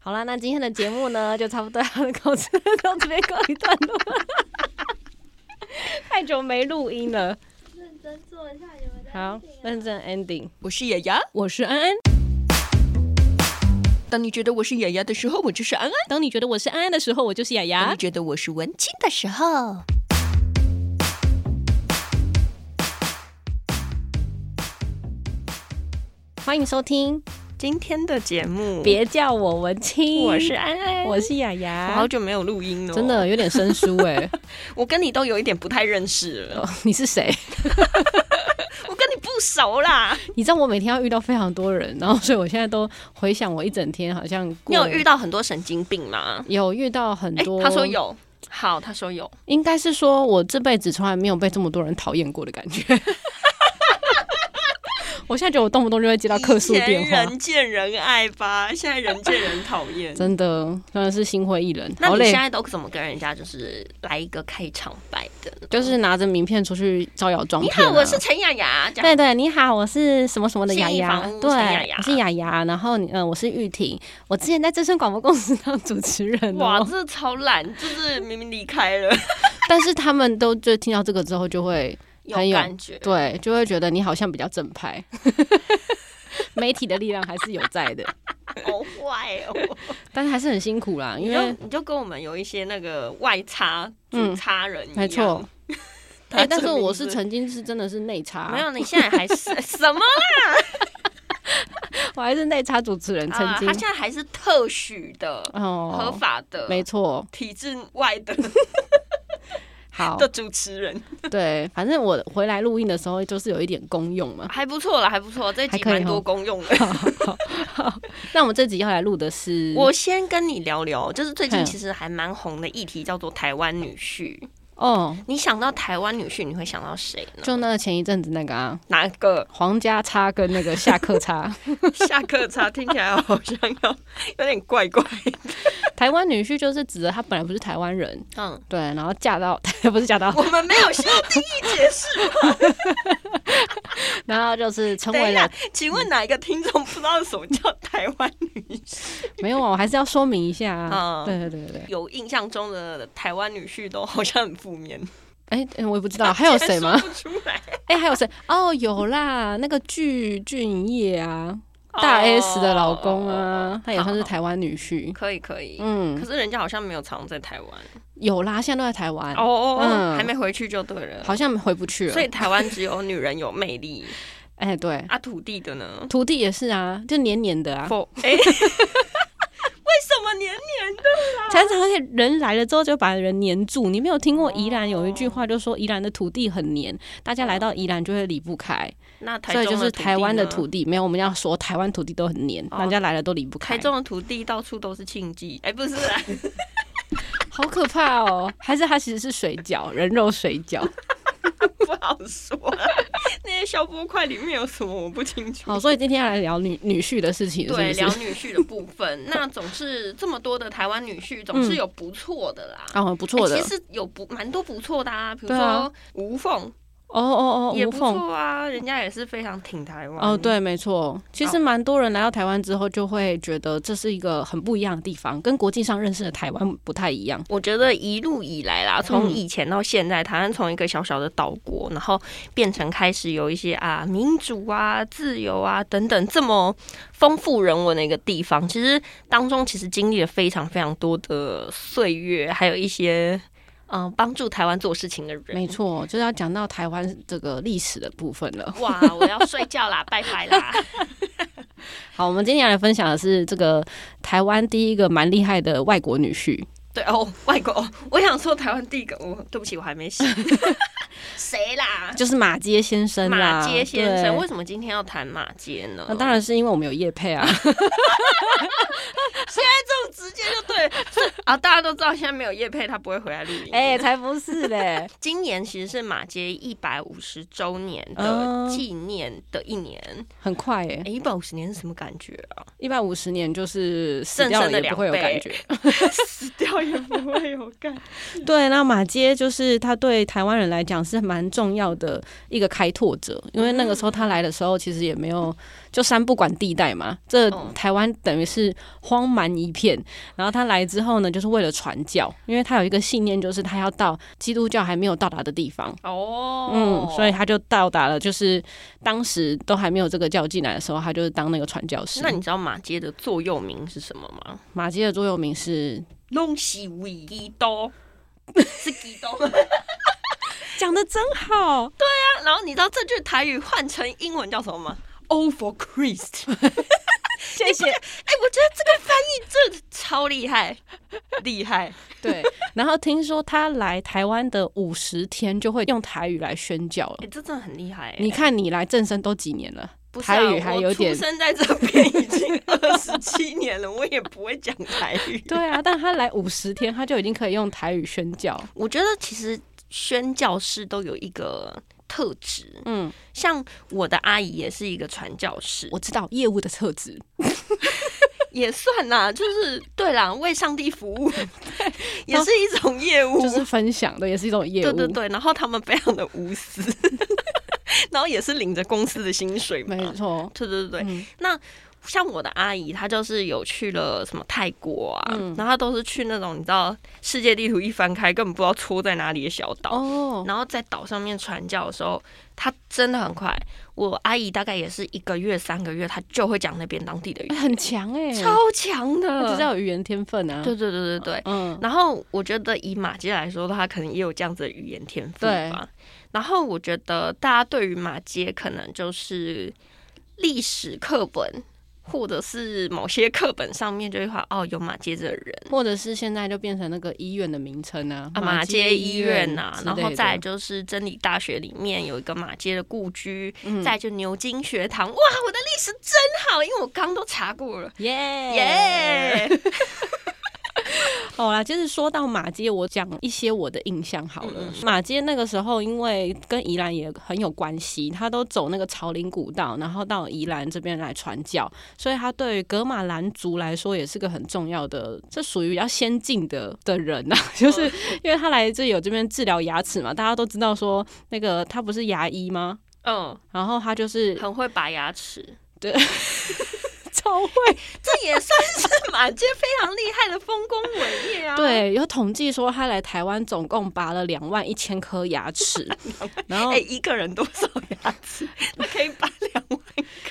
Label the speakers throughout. Speaker 1: 好啦，那今天的节目呢，就差不多要告辞，到这边告一段落。 太久没录音了，
Speaker 2: 认真做一下你们的
Speaker 3: 啊
Speaker 1: 好，认真 ending。
Speaker 3: 我是雅雅。
Speaker 1: 我是安安，
Speaker 3: 当你觉得我是雅雅的时候，我就是安安；
Speaker 1: 当你觉得我是安安的时候，我就是雅
Speaker 3: 当
Speaker 1: 雅
Speaker 3: 你。觉得我是文青的时候，
Speaker 1: 欢迎收听，
Speaker 3: 今天的节目，
Speaker 1: 别叫我文青，
Speaker 3: 我是安安，
Speaker 1: 我是雅
Speaker 3: 我
Speaker 1: 雅
Speaker 3: 好。啊久没有录音了，
Speaker 1: 真，的有点生疏哎、
Speaker 3: 我跟你都有一点不太认识了，
Speaker 1: 哦 你是谁？
Speaker 3: 我跟你不熟啦。
Speaker 1: 你知道我每天要遇到非常多人，然后所以我现在都回想我一整天，好像
Speaker 3: 你有遇
Speaker 1: 到
Speaker 3: 到很多神经病吗？
Speaker 1: 有遇到很
Speaker 3: 哎、
Speaker 1: 多，
Speaker 3: 他说，有，好，他说有，
Speaker 1: 应该是说我这辈子从来没有被这么多人讨厌过的感觉。 我现在觉得我动不动就会接到客诉
Speaker 3: 以前
Speaker 1: 电话，
Speaker 3: 人见人爱吧，现在人见人讨厌。
Speaker 1: 真的真的是心灰意冷，
Speaker 3: 那
Speaker 1: 好
Speaker 3: 你
Speaker 1: 累
Speaker 3: 现。在都怎么跟人家就是来一个开场白的呢？
Speaker 1: 就是拿着名片出去招摇撞
Speaker 3: 你
Speaker 1: 骗、啊。
Speaker 3: 好，我是陈雅雅，这样
Speaker 1: 对对，你好，我是什么什么的雅
Speaker 3: 信义
Speaker 1: 雅
Speaker 3: 房，屋
Speaker 1: 对，
Speaker 3: 陈雅雅
Speaker 1: 我是雅雅。然后你，呃，我是玉婷，我之前在真声广播公司 当主持人、
Speaker 3: 哇，
Speaker 1: 哦。
Speaker 3: 这超懒，就是明明离开了，
Speaker 1: 但是他们都就听到这个之后，就会很有
Speaker 3: 感觉。
Speaker 1: 对，就会觉得你好像比较正派。 媒体的力量还是有在的，
Speaker 3: 好坏哦！
Speaker 1: 但是还是很辛苦啦， 因
Speaker 3: 你
Speaker 1: 为
Speaker 3: 就
Speaker 1: 哎
Speaker 3: 你就跟我们有一些那个外差、
Speaker 1: 嗯
Speaker 3: 主差人一样，
Speaker 1: 没错。哎、
Speaker 3: 他
Speaker 1: 但是
Speaker 3: 证明
Speaker 1: 我是曾经是真的是内插，
Speaker 3: 没有，你现在还是 什么？
Speaker 1: 我还是内插主持人，曾
Speaker 3: 啊
Speaker 1: 经
Speaker 3: 他现在还是特许的、合
Speaker 1: 哦，
Speaker 3: 法的、
Speaker 1: 没错，
Speaker 3: 体制外的
Speaker 1: 好
Speaker 3: 的，主持人，
Speaker 1: 对，反正我回来录音的时候就是有一点功用嘛。
Speaker 3: 还不错了，还不错，这
Speaker 1: 还
Speaker 3: 集
Speaker 1: 可以
Speaker 3: 蛮
Speaker 1: 哦
Speaker 3: 多功用的。
Speaker 1: 那我们这集要来录的是
Speaker 3: 我先跟你聊聊，就是最近
Speaker 1: 嗯
Speaker 3: 其实还蛮红的议题叫做台湾女婿。
Speaker 1: 哦，
Speaker 3: 你想到台湾女婿，你会想到谁呢？
Speaker 1: 就那前一阵子那个啊，
Speaker 3: 哪个？
Speaker 1: 皇家叉跟那个下课 叉，
Speaker 3: 下课茶听起来好像要有点怪怪。
Speaker 1: 台湾女婿就是指的他本来不是台湾人，
Speaker 3: 嗯，
Speaker 1: 对，然后嫁到 不是嫁 到，
Speaker 3: 我们没有需要定义 解释。
Speaker 1: 然后就是成
Speaker 3: 等
Speaker 1: 为
Speaker 3: 一
Speaker 1: 了
Speaker 3: 下，请问哪一个听众不知道什么叫台 湾女婿？
Speaker 1: 没有啊，我还是要说明一下啊，
Speaker 3: 嗯
Speaker 1: 对对对对对，
Speaker 3: 有印象中的台湾女婿都好像很负面，
Speaker 1: 哎、哎我也不知道还有谁吗？
Speaker 3: 说不出来。
Speaker 1: 哎、还有谁？哦，有啦，那个具俊晔啊，
Speaker 3: 哦
Speaker 1: 大 S 的老公啊，他也算是台湾女婿
Speaker 3: 好。可以可以。可
Speaker 1: 嗯，
Speaker 3: 是人家好像没有常在台湾
Speaker 1: 有啦，现在都在台湾，
Speaker 3: 哦哦，哦
Speaker 1: 嗯
Speaker 3: 还没回去就对了。
Speaker 1: 好像回不去了。
Speaker 3: 所以台湾只有女人有魅力
Speaker 1: 哎、对，
Speaker 3: 啊，土地的呢？
Speaker 1: 徒弟也是啊，就黏黏的啊，
Speaker 3: 否哎， 为什么年
Speaker 1: 常常而且人来了之后就把人黏住。你没有听过宜兰有一
Speaker 3: 哦
Speaker 1: 句话，就说宜兰的土地很黏，大家来到宜兰就会离不开，
Speaker 3: 那嗯台
Speaker 1: 所
Speaker 3: 中
Speaker 1: 以
Speaker 3: 的
Speaker 1: 就是
Speaker 3: 土地
Speaker 1: 台湾的
Speaker 3: 呢
Speaker 1: 土地，没有我们要说台湾土地都很黏，
Speaker 3: 哦
Speaker 1: 大家来了都离不开
Speaker 3: 台，中的土地到处都是庆忌，哎、不是、啊，
Speaker 1: 好可怕哦！还是它其实是水饺，人肉水饺。
Speaker 3: 不好说、啊那些消波块里面有什么我不清楚。
Speaker 1: 好，所以今天要来聊女女婿的事情，
Speaker 3: 对，
Speaker 1: 是
Speaker 3: 聊
Speaker 1: 不是？
Speaker 3: 女婿的部分，那总是这么多的台湾女婿，总是有不错的啦。
Speaker 1: 嗯啊，不错的，
Speaker 3: 哎其实有不蛮多不错的啊，比如
Speaker 1: 对啊
Speaker 3: 说吴凤、
Speaker 1: 哦哦哦，
Speaker 3: 也
Speaker 1: 无
Speaker 3: 不
Speaker 1: 缝。
Speaker 3: 错啊，人家也是非常挺台湾。
Speaker 1: 哦，，对，没错。其实蛮多人来到台湾之后，就会觉得这是一个很不一样的地方，跟国际上认识的台湾不太一样。
Speaker 3: 我觉得一路以来
Speaker 1: 嗯
Speaker 3: 啦，从以前到现在，台湾从一个小小的岛国，然后变成开始有一些啊民主啊、自由啊等等这么丰富人文的一个地方，其实当中其实经历了非常非常多的岁月，还有一些嗯、呃帮助台湾做事情的人。
Speaker 1: 没错，就是要讲到台湾这个历史的部分了。
Speaker 3: 哇，我要睡觉啦，拜 拜啦！
Speaker 1: 好，我们今天要来分享的是这个台湾第一个蛮厉害的外国女婿，
Speaker 3: 对哦，外国，哦我想说台湾第一个，我对不起，我 还没写谁啦？
Speaker 1: 就是马街先生啦。
Speaker 3: 马街先
Speaker 1: 啊对
Speaker 3: 生，为什么今天要谈马街呢？
Speaker 1: 那当然是因为我们有叶配啊，
Speaker 3: 直接就对啊！大家都知道现在没有叶配，他不会回来录音。
Speaker 1: 哎、才不是嘞！
Speaker 3: 今年其实是马街一百五十周年的
Speaker 1: 嗯
Speaker 3: 纪念的一年，
Speaker 1: 很快耶、
Speaker 3: 哎、一百五十年是什么感觉啊？
Speaker 1: 一百五十年就是死掉了
Speaker 3: 剩剩的
Speaker 1: 也不会有
Speaker 3: 两倍
Speaker 1: 感觉。
Speaker 3: 死掉也不会有感觉。
Speaker 1: 对，那马街就是他对台湾人来讲是蛮重要的一个开拓者，因为那个时候他来的时候，其实也没有就山不管地带嘛，这
Speaker 3: 哦
Speaker 1: 台湾等于是荒蛮一片。然后他来之后呢，就是为了传教，因为他有一个信念，就是他要到基督教还没有到达的地方。
Speaker 3: 哦，
Speaker 1: 嗯，所以他就到达了，就是当时都还没有这个教进来的时候，他就是当那个传教士。
Speaker 3: 那你知道马街的座右铭是什么吗？
Speaker 1: 马基的座右铭是
Speaker 3: 拢是为基督，是基 督。
Speaker 1: 讲的真好，
Speaker 3: 然后你知道这句台语换成英文叫什么吗？All for Christ。
Speaker 1: 谢谢。
Speaker 3: 哎、我觉得这个翻译真的超厉害，厉害。
Speaker 1: 对，然后听说他来台湾的五十天就会用台语来宣教了
Speaker 3: 哎、。这真的很厉害、哎
Speaker 1: 你看你来正生都几年了，
Speaker 3: 不是啊
Speaker 1: 台语还有
Speaker 3: 我
Speaker 1: 点
Speaker 3: 出。生在这边已 经二十七年了，我也不会讲台语。
Speaker 1: 对啊，但他来五十天，他就已经可以用台语宣教。
Speaker 3: 我觉得其实宣教师都有一个特质，
Speaker 1: 嗯，
Speaker 3: 像我的阿姨也是一个传教士，
Speaker 1: 我知道业务的特质，
Speaker 3: 也算啦，就是对啦，为上帝服务， 也哦是一种业务。
Speaker 1: 就是分享的，也是一种业务。
Speaker 3: 对对对，然后他们非常的无私， 然后也是领着公司的薪水嘛。
Speaker 1: 没错。
Speaker 3: 对对对，
Speaker 1: 嗯
Speaker 3: 那像我的阿姨，她就是有去了什么泰国啊，
Speaker 1: 嗯
Speaker 3: 然后她都是去那种你知道世界地图一翻开根本不知道戳在哪里的小岛，
Speaker 1: 哦，
Speaker 3: 然后在岛上面传教的时候，她真的很快。我阿姨大概也是一个月、三个月，她就会讲那边当地的语
Speaker 1: 哎
Speaker 3: 言，
Speaker 1: 很强哎、
Speaker 3: 超强
Speaker 1: 他就是
Speaker 3: 的。
Speaker 1: 要有语言天分啊。
Speaker 3: 对对对对对，
Speaker 1: 嗯，
Speaker 3: 然后我觉得以马街来说，他可能也有这样子的语言天
Speaker 1: 对
Speaker 3: 分吧。然后我觉得大家对于马街可能就是历史课本或者是某些课本上面就会画哦有马街这个人
Speaker 1: 或者是现在就变成那个医院的名称啊，
Speaker 3: 啊马街医院呐、
Speaker 1: 之
Speaker 3: 然
Speaker 1: 类
Speaker 3: 后
Speaker 1: 的
Speaker 3: 再来就是真理大学里面有一个马街的故居，
Speaker 1: 嗯
Speaker 3: 再来就牛津学堂。哇，我的历史真好，因为我刚都查过了。
Speaker 1: 耶
Speaker 3: 耶、
Speaker 1: 好啦，就是说到马街，我讲一些我的印象好了。
Speaker 3: 嗯
Speaker 1: 马街那个时候，因为跟宜兰也很有关系，他都走那个朝林古道，然后到宜兰这边来传教，所以他对于格马兰族来说也是个很重要的，这属于比较先进的的人呐、 就是
Speaker 3: 嗯
Speaker 1: 因为他来这有这边治疗牙齿嘛，大家都知道说那个他不是牙医吗？
Speaker 3: 嗯，
Speaker 1: 然后他就是
Speaker 3: 很会拔牙齿。
Speaker 1: 超会，
Speaker 3: 这也算是 马街非常厉害的丰功伟业啊！，
Speaker 1: 对，有统计说他来台湾总共拔了两万一千颗牙 齿，然后
Speaker 3: 哎、一个人多少牙齿？ 他可以拔两万。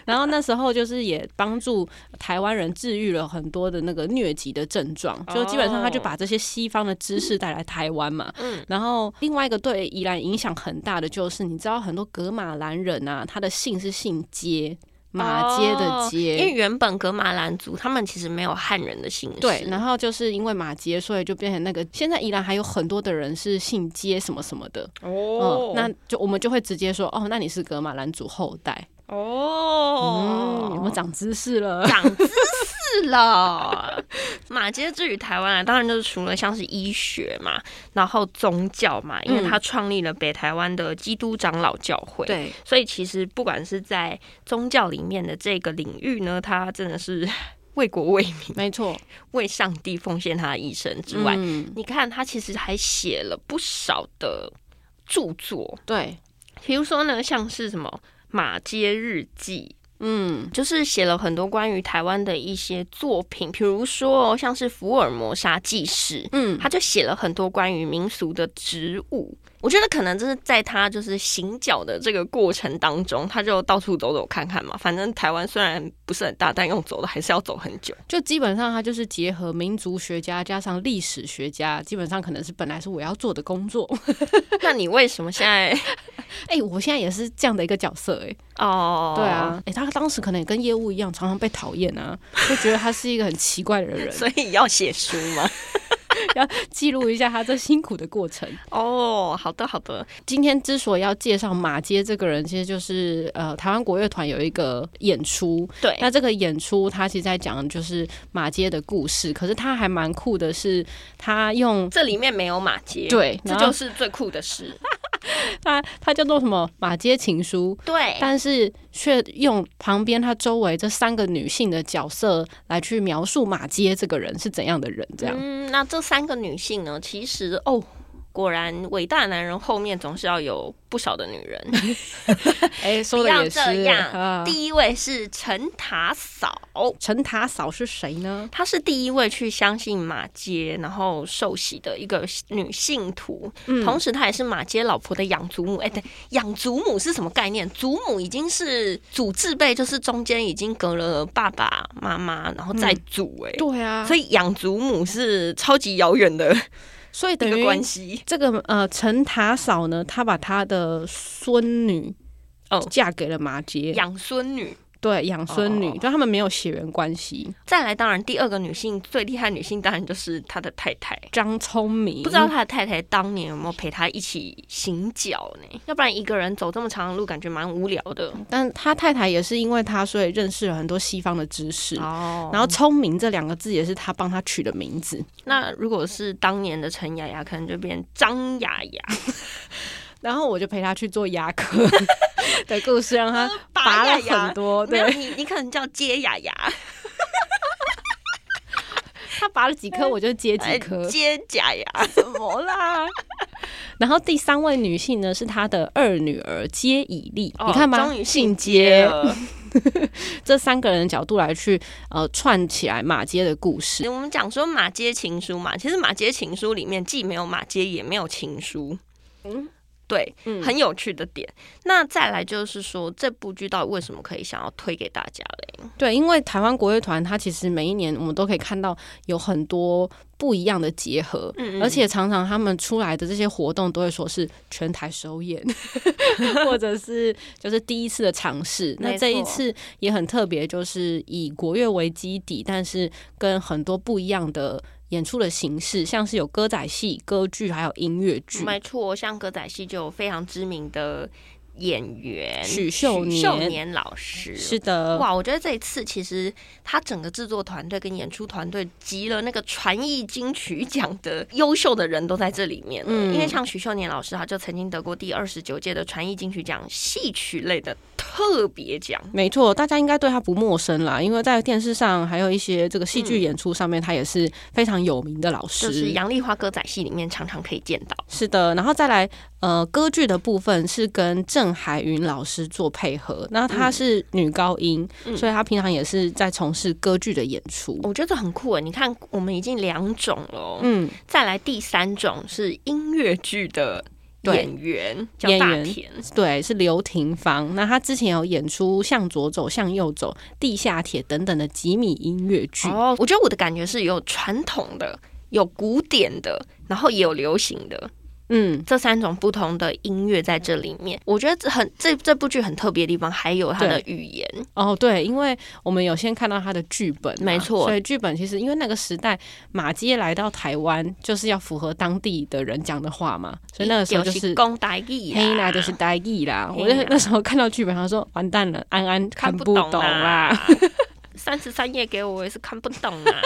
Speaker 1: 然后那时候就是也帮助台湾人治愈了很多的那个疟疾的症状，就基本上他就把这些西方的知识带来台湾嘛。
Speaker 3: 哦嗯，
Speaker 1: 然后另外一个对宜兰影响很大的就是，你知道很多格马兰人啊，他的姓是姓街，马街的
Speaker 3: 哦因为
Speaker 1: 街。
Speaker 3: 原本格马兰族他们其实没有汉人的姓氏，
Speaker 1: 对，然后就是因为马街，所以就变成那个。现在宜兰还有很多的人是姓街什么什么的，嗯，
Speaker 3: 哦
Speaker 1: 那就我们就会直接说，哦，那你是格马兰族后代，
Speaker 3: 哦
Speaker 1: 嗯，，有没有长知识了？
Speaker 3: 长知识了？马街至于台湾来，啊当然就是除了像是医学嘛，然后宗教嘛，因为他创立了北台湾的基督长老教会，
Speaker 1: 对，
Speaker 3: 所以其实不管是在宗教里面的这个领域呢，他真的是 为国为民、
Speaker 1: 没错，
Speaker 3: 为上帝奉献他的一生之外，
Speaker 1: 嗯
Speaker 3: 你看他其实还写了不少的著作，
Speaker 1: 对，
Speaker 3: 比如说呢，像是什么《马街日记》。
Speaker 1: 嗯，
Speaker 3: 就是写了很多关于台湾的一些作品，比如说像是福尔摩沙纪事，
Speaker 1: 嗯，
Speaker 3: 他就写了很多关于民俗的植物。我觉得可能就是在他就是行脚的这个过程当中，他就到处走走看看嘛。反正台湾虽然不是很大，但用走的还是要走很久。
Speaker 1: 就基本上他就是结合民族学家加上历史学家，基本上可能是本来是我要做的工作。
Speaker 3: 那你为什么现在？
Speaker 1: 哎、我现在也是这样的一个角色、哎、
Speaker 3: 哦，
Speaker 1: 对啊，哎、他当时可能也跟业务一样，常常被讨厌啊， 就觉得他是一个很奇怪的 人，
Speaker 3: 所以要写书吗？
Speaker 1: 要记录一下他这辛苦的过程。
Speaker 3: 哦，好的好的，
Speaker 1: 今天之所以要介绍马街这个人，其实就是呃，台湾国乐团有一个演出，
Speaker 3: 对
Speaker 1: 那这个演出他其实在讲就是马街的故事，可是他还蛮酷的是，他用。
Speaker 3: 这里面没有马街，，
Speaker 1: 对，
Speaker 3: 这
Speaker 1: 然后
Speaker 3: 就是最酷的事。
Speaker 1: 它它叫做什么马街情书，
Speaker 3: 对
Speaker 1: 但是却用旁边它周围这三个女性的角色来去描
Speaker 3: 嗯
Speaker 1: 述马街这个人是怎样的人，这样。
Speaker 3: 嗯，那这三个女性呢，其实哦。果然伟大男人后面总是要有不少的女人。
Speaker 1: 哎，说的也是。
Speaker 3: 不要这样
Speaker 1: 啊
Speaker 3: 第一位是陈塔嫂，
Speaker 1: 陈塔嫂是谁呢？
Speaker 3: 她是第一位去相信马街然后受洗的一个女信徒，
Speaker 1: 嗯
Speaker 3: 同时她也是马街老婆的养祖母。哎、对，养祖母是什么概念？祖母已经是祖字辈，就是中间已经隔了爸爸妈妈，然后再祖哎、
Speaker 1: 对啊，
Speaker 3: 所
Speaker 1: 所以
Speaker 3: 以养祖母是超级遥远的
Speaker 1: 所以
Speaker 3: 一
Speaker 1: 等
Speaker 3: 个
Speaker 1: 于
Speaker 3: 关系，
Speaker 1: 这个呃陈塔嫂呢，她把她的孙女
Speaker 3: 哦
Speaker 1: 嫁给了马杰，
Speaker 3: 养孙女。
Speaker 1: 对养孙女，
Speaker 3: 哦
Speaker 1: 但他们没有血缘关系。
Speaker 3: 再来，当然第二个女性最厉害，女性当然就是她的太太。
Speaker 1: 张聪明
Speaker 3: 不知道他的太太当年有没有陪他一起行脚呢？要不然一个人走这么长的路，感觉蛮无聊的。
Speaker 1: 但他太太也是因为他，所以认识了很多西方的知识。
Speaker 3: 哦
Speaker 1: 然后“聪明”这两个字也是他帮他取的名字。
Speaker 3: 那如果是当年的陈雅雅，可能就变张雅雅，
Speaker 1: 然后我就陪他去做牙科 的故事，让他 拔了
Speaker 3: 雅
Speaker 1: 很
Speaker 3: 雅。
Speaker 1: 多，
Speaker 3: 没有
Speaker 1: 对
Speaker 3: 你，你可能叫接雅雅，
Speaker 1: 他拔了几颗，我就 接几颗
Speaker 3: 呃。接假牙。
Speaker 1: 怎么啦？哎然后第三位女性呢，是他的二女儿接以利。
Speaker 3: 哦
Speaker 1: 你看吧，
Speaker 3: 终于
Speaker 1: 姓
Speaker 3: 接
Speaker 1: 接
Speaker 3: 了
Speaker 1: 这三个人的角度来去呃串起来马街的故事。
Speaker 3: 我们讲说马街情书嘛，其实马街情书里面既没有马街，也没有情书。
Speaker 1: 嗯
Speaker 3: 对，
Speaker 1: 嗯
Speaker 3: 很有趣的点。那再来就是说，这部剧到底为什么可以想要推给大家嘞？
Speaker 1: 对，因为台湾国乐团它其实每一年我们都可以看到有很多不一样的结合。
Speaker 3: 嗯
Speaker 1: 而且常常他们出来的这些活动都会说是全台首演， 或者是就是第一次的尝试。那
Speaker 3: 没
Speaker 1: 这一
Speaker 3: 错
Speaker 1: 次也很特别，就是以国乐为基底，但是跟很多不一样的演出的形式，像是有歌仔戏、歌剧，还有音乐剧。
Speaker 3: 没错，像歌仔戏就有非常知名的演员
Speaker 1: 许秀年
Speaker 3: 年老师
Speaker 1: 是。的，
Speaker 3: 哇，我觉得这一次其实他整个制作团队跟演出团队集了那个传艺金曲 奖的优秀的人都在这里面了。
Speaker 1: 嗯
Speaker 3: 因为像许秀年老师，他就曾经得过第二十九届的传艺金曲奖戏曲类的特别奖。
Speaker 1: 没错，大家应该对他不陌生啦，因为在电视上还有一些这个戏剧演出上面，他也是非常有名的老师。
Speaker 3: 嗯就是杨丽花歌仔戏里面常常可以见到，
Speaker 1: 是的，然后再来，呃，歌剧的部分是跟郑海云老师做配合，那她是女高音，
Speaker 3: 嗯
Speaker 1: 所以她平常也是在从事歌剧的演出。
Speaker 3: 我觉得很酷诶。欸你看，我们已经两种了哦，
Speaker 1: 嗯，
Speaker 3: 再来第三种是音乐剧的
Speaker 1: 对
Speaker 3: 演员，叫
Speaker 1: 演
Speaker 3: 大
Speaker 1: 员
Speaker 3: 田。
Speaker 1: 对，是刘廷芳。那她之前有演出《向左走，向右走》《地下铁》等等的几米音乐剧。
Speaker 3: 哦，我觉得我的感觉是有传统的，有古典的，然后也有流行的
Speaker 1: 嗯，
Speaker 3: 这三种不同的音乐在这里面。我觉得这很这这部剧很特别的地方，还有它的语言。
Speaker 1: 哦，对，因为我们有先看到他的剧本嘛，
Speaker 3: 没错
Speaker 1: 所以剧本其实因为那个时代马街来到台湾，就是要符合当地的人讲的话嘛，所以那个时候就
Speaker 3: 就是
Speaker 1: 是。
Speaker 3: 公台语啊啦
Speaker 1: 黑啦就是呆意啦，我就
Speaker 3: 嘿啦
Speaker 1: 那时候看到剧本，他说完蛋了，安安
Speaker 3: 看
Speaker 1: 不
Speaker 3: 懂
Speaker 1: 懂啦。。
Speaker 3: 三十三页给我，我也是看不懂啊。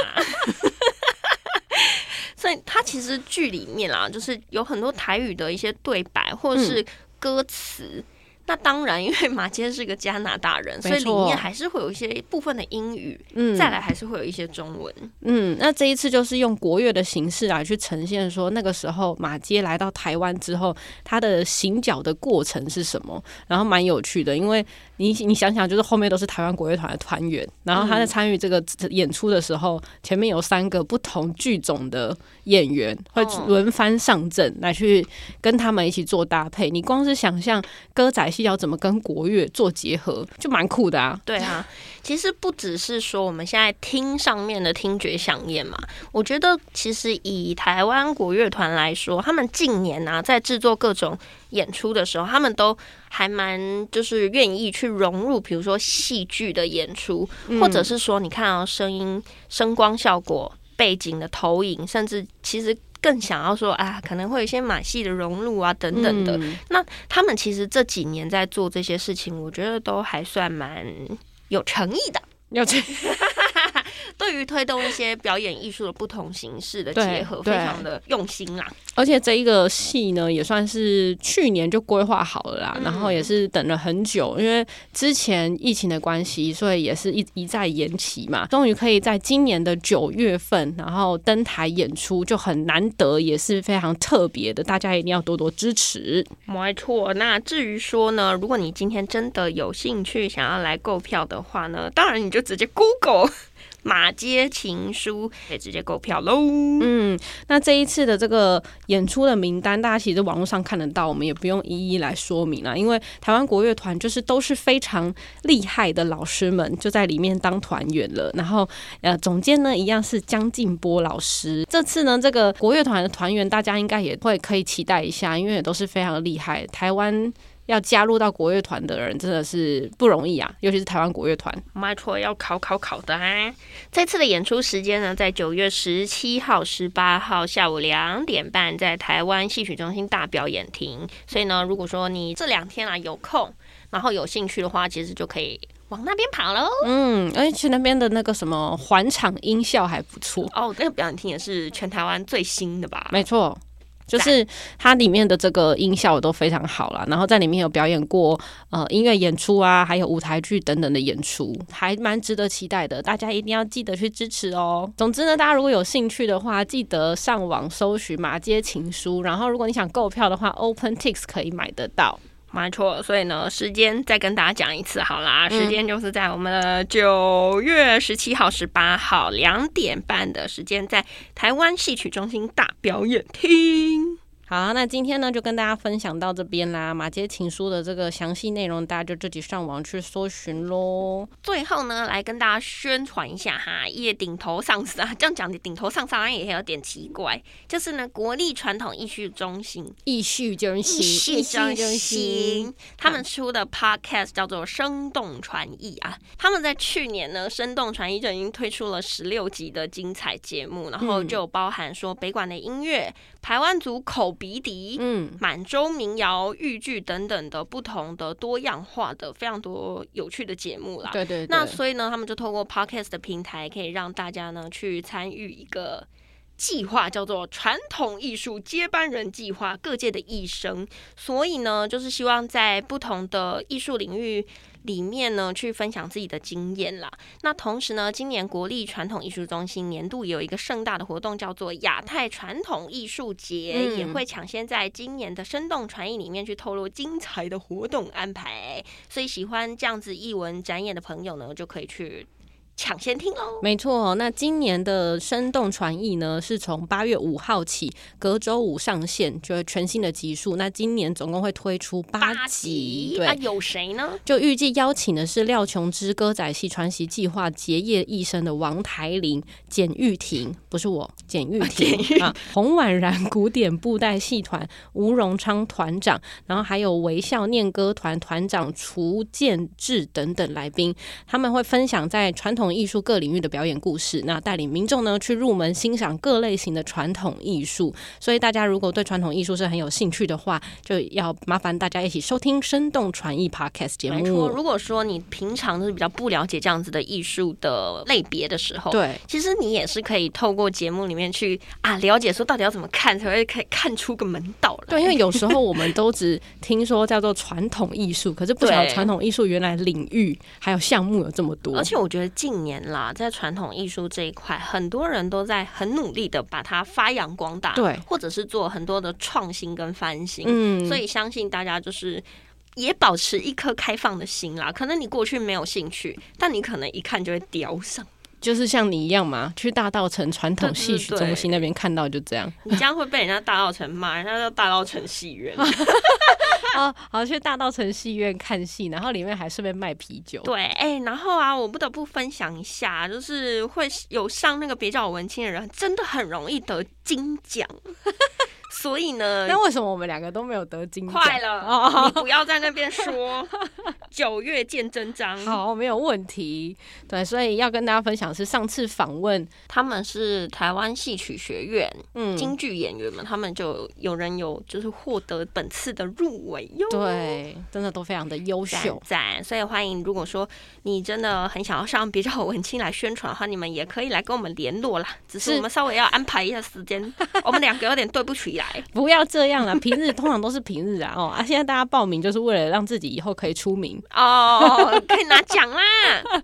Speaker 3: 所以它其实剧里面啦，就是有很多台语的一些对白或者
Speaker 1: 嗯
Speaker 3: 是歌词。那当然，因为马杰是个加拿大人，
Speaker 1: 没错
Speaker 3: 所以里面还是会有一些部分的英语，
Speaker 1: 嗯，
Speaker 3: 再来还是会有一些中文。
Speaker 1: 嗯，那这一次就是用国乐的形式来去呈现，说那个时候马街来到台湾之后，他的行脚的过程是什么，然后蛮有趣的，因为你你想想，就是后面都是台湾国乐团的团员，然后他在参与这个演出的时候，前面有三个不同剧种的演员会
Speaker 3: 哦
Speaker 1: 轮番上阵来去跟他们一起做搭配，你光是想象歌仔戏要怎么跟国乐做结合，就蛮酷的啊。
Speaker 3: 对啊，其实不只是说我们现在听上面的听觉响应嘛，我觉得其实以台湾国乐团来说，他们近年啊在制作各种演出的时候，他们都还蛮就是愿意去融入，比如说戏剧的演出，
Speaker 1: 嗯
Speaker 3: 或者是说你看哦，声音、声光效果、背景的投影，甚至其实。更想要说啊，可能会有一些马戏的融入啊，等等的。
Speaker 1: 嗯
Speaker 3: 他们其实这几年在做这些事情，我觉得都还算蛮有诚意的。
Speaker 1: 要去
Speaker 3: 对于推动一些表演艺术的不同形式的
Speaker 1: 对
Speaker 3: 结合，非
Speaker 1: 对
Speaker 3: 常的用心啊啦。
Speaker 1: 而且这一个戏呢，也算是去年就规划好了啦，
Speaker 3: 嗯
Speaker 1: 然后也是等了很久，因为之前疫情的关系，所以也是一一再延期嘛。终于可以在今年的九月份，然后登台演出，就很难得，也是非常特别的，大家一定要多多支持。
Speaker 3: 没错，那至于说呢，如果你今天真的有兴趣想要来购票的话呢，当然你就直接 Google 马街情书，可以直接购票喽。
Speaker 1: 嗯，那这一次的这个演出的名单，大家其实网络上看得到，我们也不用一一来说明了，因为台湾国乐团就是都是非常厉害的老师们，就在里面当团员了。然后呃，总监呢一样是江静波老师。这次呢，这个国乐团的团员，大家应该也会可以期待一下，因为也都是非常厉害。台湾要加入到国乐团的人真的是不容易啊，尤其是台湾国乐团。
Speaker 3: 没错，要考考考的啊！这次的演出时间呢，在九月十七号、十八号下午两点半，在台湾戏曲中心大表演厅。所以呢，如果说你这两天啊有空，然后有兴趣的话，其实就可以往那边跑喽。
Speaker 1: 嗯，而且那边的那个什么环场音效还不错。
Speaker 3: 哦，这个表演厅也是全台湾最新的吧？
Speaker 1: 没错，就是它里面的这个音效都非常好啦，然后在里面有表演过呃音乐演出啊，还有舞台剧等等的演出，还蛮值得期待的。大家一定要记得去支持哦。总之呢，大家如果有兴趣的话，记得上网搜寻《马街情书》，然后如果你想购票的话，OpenTix 可以买得到。
Speaker 3: 没错，所以呢，时间再跟大家讲一次好啦，时间就是在我们的九月十七号、十八号两点半的时间，在台湾戏曲中心大表演厅。
Speaker 1: 好，那今天呢就跟大家分享到这边啦。马街情书的这个详细内容，大家就自己上网去搜寻喽。
Speaker 3: 最后呢，来跟大家宣传一下哈，也顶头上司 啊，这样讲顶头上司好像也有点奇怪，就是呢，国立传统艺术中心
Speaker 1: 艺术中心，
Speaker 3: 艺术中心，他们
Speaker 1: 嗯
Speaker 3: 出的 podcast 叫做《生动传艺》啊。他们在去年呢，《生动传艺》就已经推出了十六集的精彩节目，然后
Speaker 1: 嗯
Speaker 3: 就有包含说北管的音乐、台湾族口鼻笛、
Speaker 1: 嗯，
Speaker 3: 满洲民谣、豫剧等等的不同的多样化的非常多有趣的节目啦。
Speaker 1: 对对对，
Speaker 3: 那所以呢，他们就透过 podcast 的平台，可以让大家呢去参与一个计划，叫做“传统艺术接班人计划”，各界的艺生。所以呢，就是希望在不同的艺术领域里面呢，去分享自己的经验啦。那同时呢，今年国立传统艺术中心年度有一个盛大的活动，叫做亚太传统艺术节，
Speaker 1: 嗯
Speaker 3: 也会抢先在今年的生动传艺里面去透露精彩的活动安排。所以喜欢这样子艺文展演的朋友呢，就可以去抢先听哦喽。
Speaker 1: 没错，哦那今年的生动传艺呢，是从八月五号起，隔周五上线，就是全新的集数。那今年总共会推出八集，哎对。
Speaker 3: 啊，有谁呢？
Speaker 1: 就预计邀请的是廖琼之歌仔戏传习计划结业一生的王台林、简玉婷，不是我，简玉婷啊，洪婉然古典布袋戏团吴荣昌团长，然后还有微笑念歌团团长楚建志等等来宾，他们会分享在传统艺术各领域的表演故事，那带领民众呢去入门欣赏各类型的传统艺术。所以大家如果对传统艺术是很有兴趣的话，就要麻烦大家一起收听《生动传艺》Podcast 节
Speaker 3: 没错，
Speaker 1: 目。
Speaker 3: 如果说你平常就是比较不了解这样子的艺术的类别的时候，
Speaker 1: 对，
Speaker 3: 其实你也是可以透过节目里面去啊了解说到底要怎么看才会可以看出个门道来。
Speaker 1: 对，因为有时候我们都只听说叫做传统艺术，可是不晓得
Speaker 3: 对
Speaker 1: 传统艺术原来领域还有项目有这么多
Speaker 3: 而。且我觉得近年啦，在传统艺术这一块，很多人都在很努力的把它发扬光大，
Speaker 1: 对
Speaker 3: 或者是做很多的创新跟翻新。
Speaker 1: 嗯，
Speaker 3: 所以相信大家就是也保持一颗开放的心啦。可能你过去没有兴趣，但你可能一看就会叼上。
Speaker 1: 就是像你一样嘛，去大道城传统戏曲
Speaker 3: 对对对
Speaker 1: 中心那边看到就这样。
Speaker 3: 你这样会被人家大稻城骂，人家叫大稻城戏院。
Speaker 1: 哦，好，去大道城戏院看戏，然后里面还顺便卖啤酒。
Speaker 3: 对，哎、然后啊，我不得不分享一下，就是会有上那个别叫我文青的人，真的很容易得金奖。所以呢，
Speaker 1: 那为什么我们两个都没有得金奖？
Speaker 3: 快了，
Speaker 1: 哦
Speaker 3: 你不要在那边说。九月见真章。
Speaker 1: 好，没有问题。对，所以要跟大家分享是上次访问，
Speaker 3: 他们是台湾戏曲学院
Speaker 1: 嗯，
Speaker 3: 京剧演员们，他们就有人有就是获得本次的入围哟。。
Speaker 1: 对，真的都非常的优
Speaker 3: 赞
Speaker 1: 秀。
Speaker 3: 赞，所以欢迎。如果说你真的很想要上比较文青来宣传的话，你们也可以来跟我们联络啦。只是
Speaker 1: 是
Speaker 3: 我们稍微要安排一下 时间，我们两个有点对不起来。
Speaker 1: 不要这样啦，平日通常都是平日啊，哦啊，现在大家报名就是为了让自己以后可以出名
Speaker 3: 哦，可以拿奖啦，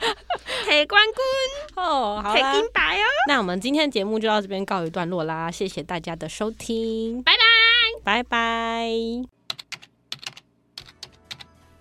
Speaker 3: 铁冠军，
Speaker 1: 哦。好
Speaker 3: 铁
Speaker 1: 啦，
Speaker 3: 金牌哦。
Speaker 1: 那我们今天的节目就到这边告一段落啦，谢谢大家的收听，
Speaker 3: 拜
Speaker 1: 拜，拜拜。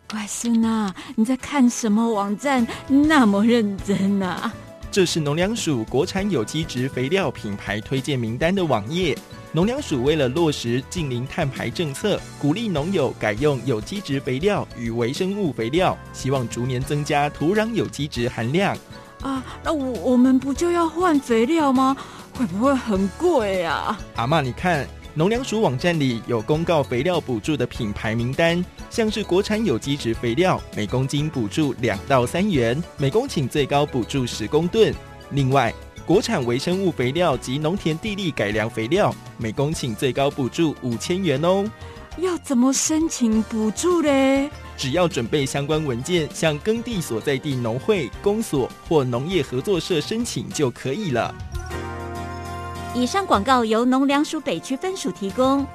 Speaker 4: 乖孙啊，你在看什么网站那么认真啊？
Speaker 5: 这是农粮署国产有机植肥料品牌推荐名单的网页。农粮署为了落实近零碳排政策，鼓励农友改用有机植肥料与微生物肥料，希望逐年增加土壤有机质含量。
Speaker 4: 啊，那我我们不就要换肥料吗？会不会很贵啊？
Speaker 5: 阿嬷，你看，农粮署网站里有公告肥料补助的品牌名单，像是国产有机质肥料，每公斤补助两到三元，每公顷最高补助十公吨。另外，国产微生物肥料及农田地力改良肥料，每公顷最高补助五千元哦。
Speaker 4: 要怎么申请补助嘞？
Speaker 5: 只要准备相关文件，向耕地所在地农会、公所或农业合作社申请就可以了。
Speaker 6: 以上广告由农粮署北区分署提供。